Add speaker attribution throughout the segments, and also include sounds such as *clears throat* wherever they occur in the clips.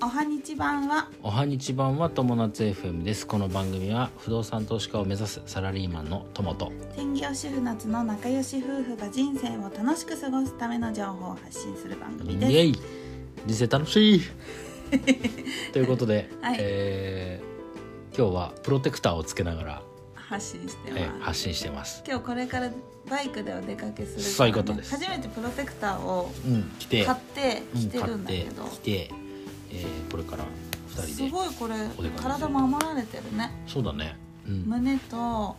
Speaker 1: おはにち版は
Speaker 2: おはにちばんは友達 FM ですこの番組は不動産投資家を目指すサラリーマンの友と
Speaker 1: 専業主婦夏の仲良し夫婦が人生を楽しく過ごすための情報を発信する番組
Speaker 2: イ
Speaker 1: です
Speaker 2: エイ人生楽し
Speaker 1: *laughs*
Speaker 2: いということで、
Speaker 1: はい
Speaker 2: えー今日はプロテクターをつけながら、
Speaker 1: 発信して
Speaker 2: え
Speaker 1: ます、
Speaker 2: ー発信してます
Speaker 1: 今日これからバイクでお出かけするからね、
Speaker 2: そういうことです
Speaker 1: 初めてプロテクターを
Speaker 2: うん来て
Speaker 1: 買って
Speaker 2: う
Speaker 1: 着
Speaker 2: ん
Speaker 1: て
Speaker 2: 買
Speaker 1: る
Speaker 2: っ
Speaker 1: んだ
Speaker 2: て
Speaker 1: けど、
Speaker 2: 来て、えーこれから2人
Speaker 1: す
Speaker 2: で
Speaker 1: ごいこれ
Speaker 2: お出かけする
Speaker 1: 体守られてるね
Speaker 2: そうだねうん
Speaker 1: 胸と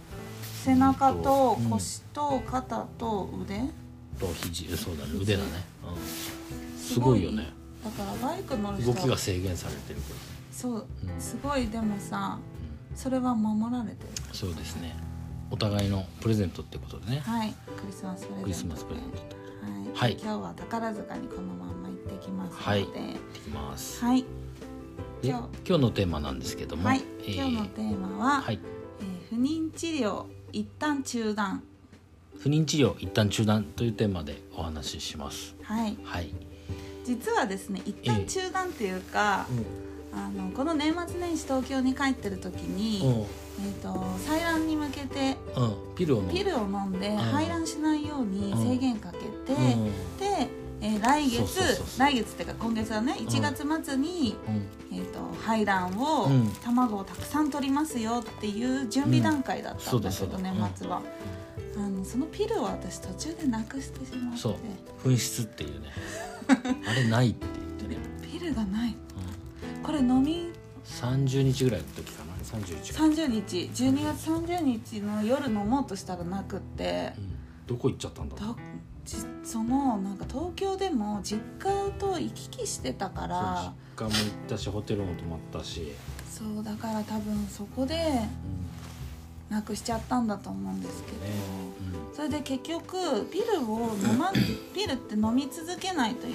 Speaker 1: 背中と
Speaker 2: うん
Speaker 1: 腰と肩と腕、
Speaker 2: と肘そうだね腕だね、うん、すごいよね
Speaker 1: だからバイク乗る人
Speaker 2: 動
Speaker 1: は
Speaker 2: きが制限されてるか
Speaker 1: そう
Speaker 2: うん
Speaker 1: すごいでもさ
Speaker 2: ら、うん
Speaker 1: それは守られてる
Speaker 2: そうですねお互いのプレゼントってことでね、
Speaker 1: はいクリスマスプレゼント
Speaker 2: クリスマスプレゼントって
Speaker 1: は、
Speaker 2: はいい
Speaker 1: 今日は宝塚にこのまま行ってきますのでは
Speaker 2: はいい、できます、で
Speaker 1: 今
Speaker 2: 今日のテーマなんですけど
Speaker 1: 日
Speaker 2: も、
Speaker 1: はい、
Speaker 2: えー
Speaker 1: 今日のテーマは、
Speaker 2: はい
Speaker 1: えー不妊治療一旦中断
Speaker 2: 不妊治療一旦中断というテーマでお話しします
Speaker 1: はい
Speaker 2: はい、
Speaker 1: 実はですね一旦中断っていうか、あのこの年末年始東京に帰ってる時に、
Speaker 2: うん
Speaker 1: えー、と採卵に向けて
Speaker 2: うん、ピルを飲む
Speaker 1: ピルを飲んで排卵しないように制限かけて、
Speaker 2: うんうん
Speaker 1: で、えー来月
Speaker 2: そうそうそうそう
Speaker 1: 来月っていうか今月はね1月末に、えー、と排卵を、
Speaker 2: うん
Speaker 1: 卵をたくさん取りますよっていう準備段階だったんだけ
Speaker 2: そうだ
Speaker 1: ど、
Speaker 2: そうだ
Speaker 1: 年末は、あのそのピルを私途中でなくしてしまって
Speaker 2: そう紛失っていうね
Speaker 1: *laughs*
Speaker 2: あれないって言ってね、
Speaker 1: ピルがない
Speaker 2: うん、
Speaker 1: これ飲み
Speaker 2: 30日ぐらいの時かな30日か、
Speaker 1: 30日12月30日の夜飲もうとしたらなくって
Speaker 2: う、ん、どこ行っちゃったんだろう
Speaker 1: だじそのなんか東京でも実家と行き来してたから
Speaker 2: そう実家も行ったしホテルも泊まったし、
Speaker 1: そうだから多分そこで
Speaker 2: う
Speaker 1: なくしちゃったんだと思うんですけど、
Speaker 2: ねんうん、
Speaker 1: それで結局ピルを飲まんピルって飲み続けないと,、え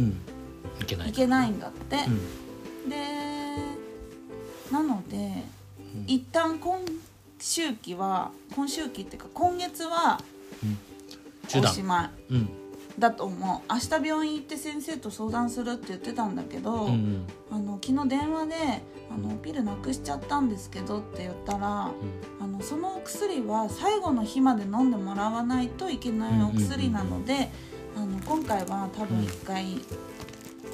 Speaker 1: ー
Speaker 2: うん、いけな
Speaker 1: と
Speaker 2: い
Speaker 1: いけないんだって、
Speaker 2: うん
Speaker 1: でなので
Speaker 2: うん
Speaker 1: 一旦今週期は今週期っていうか今月は
Speaker 2: うん中
Speaker 1: お
Speaker 2: 断
Speaker 1: しまい
Speaker 2: うん
Speaker 1: だと思う明日病院行って先生と相談するって言ってたんだけど、
Speaker 2: うんうん
Speaker 1: あの昨日電話で「あのピルなくしちゃったんですけど」って言ったらあのそのお薬は最後の日まで飲んでもらわないといけないお薬なので、あの今回は多分1回
Speaker 2: 中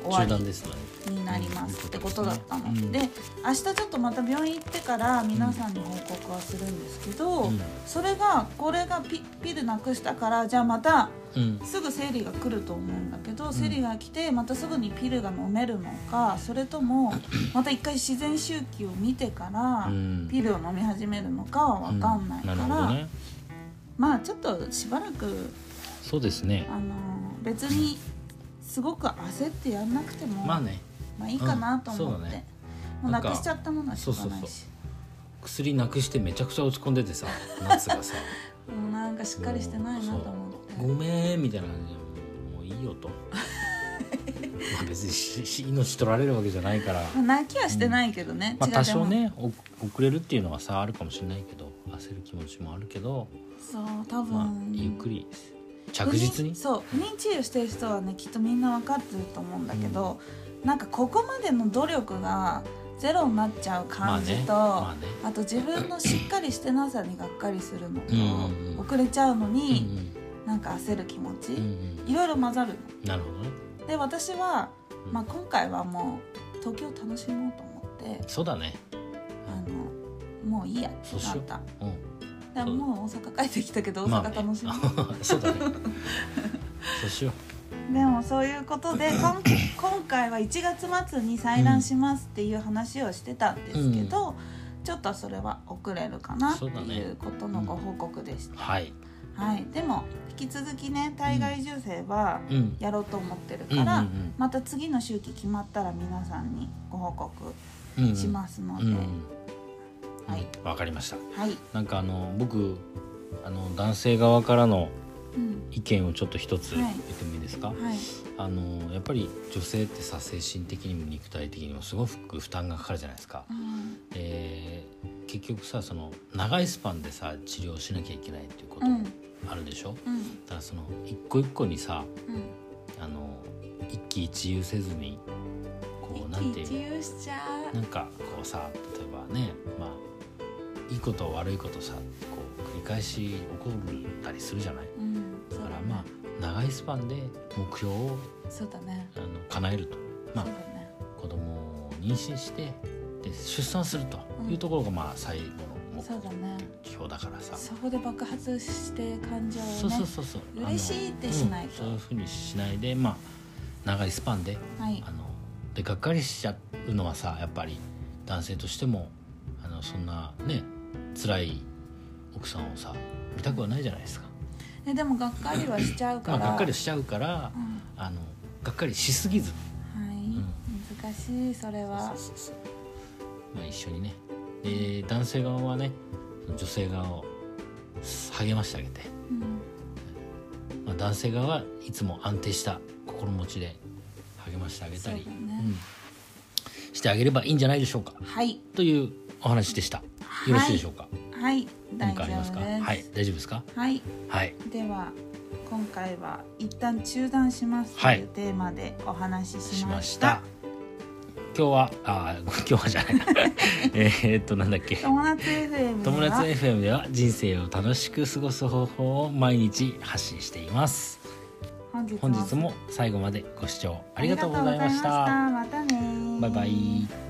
Speaker 1: 終わ
Speaker 2: 断ですね
Speaker 1: りになりますってことだったの、
Speaker 2: うん
Speaker 1: で明日ちょっとまた病院行ってから皆さんに報告はするんですけど、
Speaker 2: うん
Speaker 1: それがこれがピピルなくしたからじゃあまた
Speaker 2: うん
Speaker 1: すぐ生理が来ると思うんだけど生理が来てまたすぐにピルが飲めるのかそれと
Speaker 2: *laughs*
Speaker 1: もまた一回自然周期を見てから
Speaker 2: うん
Speaker 1: ピルを飲み始めるのかは分かんないから、
Speaker 2: なるほどね
Speaker 1: まあちょっとしばらく、
Speaker 2: そうですね
Speaker 1: あの別にすごく焦ってやんなくても、
Speaker 2: まあね
Speaker 1: まあいいかなと思っ
Speaker 2: うん
Speaker 1: て、
Speaker 2: そうだね
Speaker 1: もうな
Speaker 2: な
Speaker 1: ん
Speaker 2: か
Speaker 1: くしちゃったものはしょうがないし。
Speaker 2: そうそう薬なくしてめちゃくちゃ落ち込んで
Speaker 1: *laughs*
Speaker 2: てさ夏がさ
Speaker 1: もうなんかしっかりしてないなと思って
Speaker 2: そうごめんみたいな感じでもういいよ
Speaker 1: *laughs*
Speaker 2: とまあ別にしし命取られるわけじゃないから
Speaker 1: まあ泣きはしてないけどね、
Speaker 2: まあ
Speaker 1: 違うでも
Speaker 2: 多少ねお遅れるっていうのはさあるかもしれないけど焦る気持ちもあるけど
Speaker 1: そう多分、
Speaker 2: まあゆっくり着実に
Speaker 1: そう不妊治療してる人はねきっとみんな分かってると思うんだけど、なんかここまでの努力がゼロになっちゃう感じと、
Speaker 2: まあ
Speaker 1: あ
Speaker 2: ね
Speaker 1: と自分のしっかりしてなさにがっかりするのと、
Speaker 2: うんうん
Speaker 1: 遅れちゃうの
Speaker 2: まあね
Speaker 1: に、なんか焦る気持ち、
Speaker 2: うんうんうん
Speaker 1: いろいろ混ざる
Speaker 2: うんなるほどね
Speaker 1: ので私は、
Speaker 2: うん
Speaker 1: まあ、今回はもう東京楽しもうと思って
Speaker 2: そうだね
Speaker 1: あのもういいやって
Speaker 2: そうし
Speaker 1: な
Speaker 2: よ
Speaker 1: った
Speaker 2: う
Speaker 1: でもう大阪帰ってきたけど
Speaker 2: ん
Speaker 1: 大阪楽しもう、
Speaker 2: まあね *laughs* そうだねそうしよ
Speaker 1: でもそういうこと
Speaker 2: *clears throat*
Speaker 1: でこん今回は1月末に採卵しますっていう話をしてたんですけど、ちょっとそれは遅れるかなって
Speaker 2: そうだね
Speaker 1: いうことのご報告でし
Speaker 2: う
Speaker 1: た、
Speaker 2: はい
Speaker 1: はい、でも引き続きね体外受精は
Speaker 2: うん
Speaker 1: やろうと思ってるから、
Speaker 2: うんうんうん
Speaker 1: また次の周期決まったら皆さんにご報告
Speaker 2: うんうん
Speaker 1: しますので、
Speaker 2: うんうん
Speaker 1: はい
Speaker 2: わかりました
Speaker 1: はい、
Speaker 2: なんかあの僕あの男性側からの
Speaker 1: うん
Speaker 2: 意見をちょっと一つ
Speaker 1: は
Speaker 2: 言
Speaker 1: い
Speaker 2: ってもいいですか、
Speaker 1: はい、
Speaker 2: あのやっぱり女性ってさ精神的にも肉体的にもすごく負担がかかるじゃないですか、
Speaker 1: うん
Speaker 2: えー結局さその長いスパンでさ治療しなきゃいけないっていうこ
Speaker 1: うんうん
Speaker 2: とあるでしょ、だ
Speaker 1: うん
Speaker 2: からその一個一個にさ
Speaker 1: うん
Speaker 2: あの一喜一憂せずにここうなん
Speaker 1: 一
Speaker 2: て
Speaker 1: 喜
Speaker 2: いう
Speaker 1: 一憂しちゃ、
Speaker 2: なんかこうさ例えばねまあいいこと悪いことさこう繰り返し起こったりするじゃないう
Speaker 1: うん、そ
Speaker 2: だ
Speaker 1: う
Speaker 2: から
Speaker 1: だ
Speaker 2: ま
Speaker 1: ね
Speaker 2: あ長いスパンで目標を
Speaker 1: そうだね
Speaker 2: あの叶えるとまあ
Speaker 1: そうだね
Speaker 2: 子供を妊娠してで出産するというところがまあ最後の目
Speaker 1: そうだね
Speaker 2: 標だからさ、
Speaker 1: そこで爆発して感情をね
Speaker 2: そうそうそうそうあの
Speaker 1: 嬉しいってしないと
Speaker 2: うんそういうふうにしないでまあ長いスパンで
Speaker 1: はい
Speaker 2: あのでがっかりしちゃうのはさやっぱり男性としてもあのそんなね辛い奥さんをさ見たくはないじゃないですか。
Speaker 1: えでもがっかりはしちゃうか
Speaker 2: まあ、
Speaker 1: ら、
Speaker 2: がっかりしちゃうから
Speaker 1: うん
Speaker 2: あのがっかりしすぎず
Speaker 1: はい、
Speaker 2: ん
Speaker 1: 難しいそれは
Speaker 2: そうそうそうまあ、一緒にねで男性側はね女性側を励ましてあげて、
Speaker 1: うん
Speaker 2: まあ、男性側はいつも安定した心持ちで励ましてあげたり
Speaker 1: そうだね
Speaker 2: うん、してあげればいいんじゃないでしょうか
Speaker 1: はい
Speaker 2: というお話でした
Speaker 1: はい
Speaker 2: よろしいでしょうか、
Speaker 1: はい大丈
Speaker 2: 何かあり
Speaker 1: 夫
Speaker 2: ま
Speaker 1: ですす
Speaker 2: かはい大丈夫ですか
Speaker 1: はい
Speaker 2: はい
Speaker 1: では今回は一旦中断しますと
Speaker 2: はい
Speaker 1: いうテーマでお話しし
Speaker 2: しま
Speaker 1: ま
Speaker 2: し
Speaker 1: した,、
Speaker 2: た今日はあー *laughs* 今日はじゃ
Speaker 1: *laughs*
Speaker 2: ないえーっとなんだっけ
Speaker 1: 友達 FM では
Speaker 2: 友達 FM では人生を楽しく過ごす方法を毎日発信しています
Speaker 1: 本日も
Speaker 2: 本日も最後までご視聴ありがとうございました
Speaker 1: ありがとうございましたまたねー
Speaker 2: バイバイ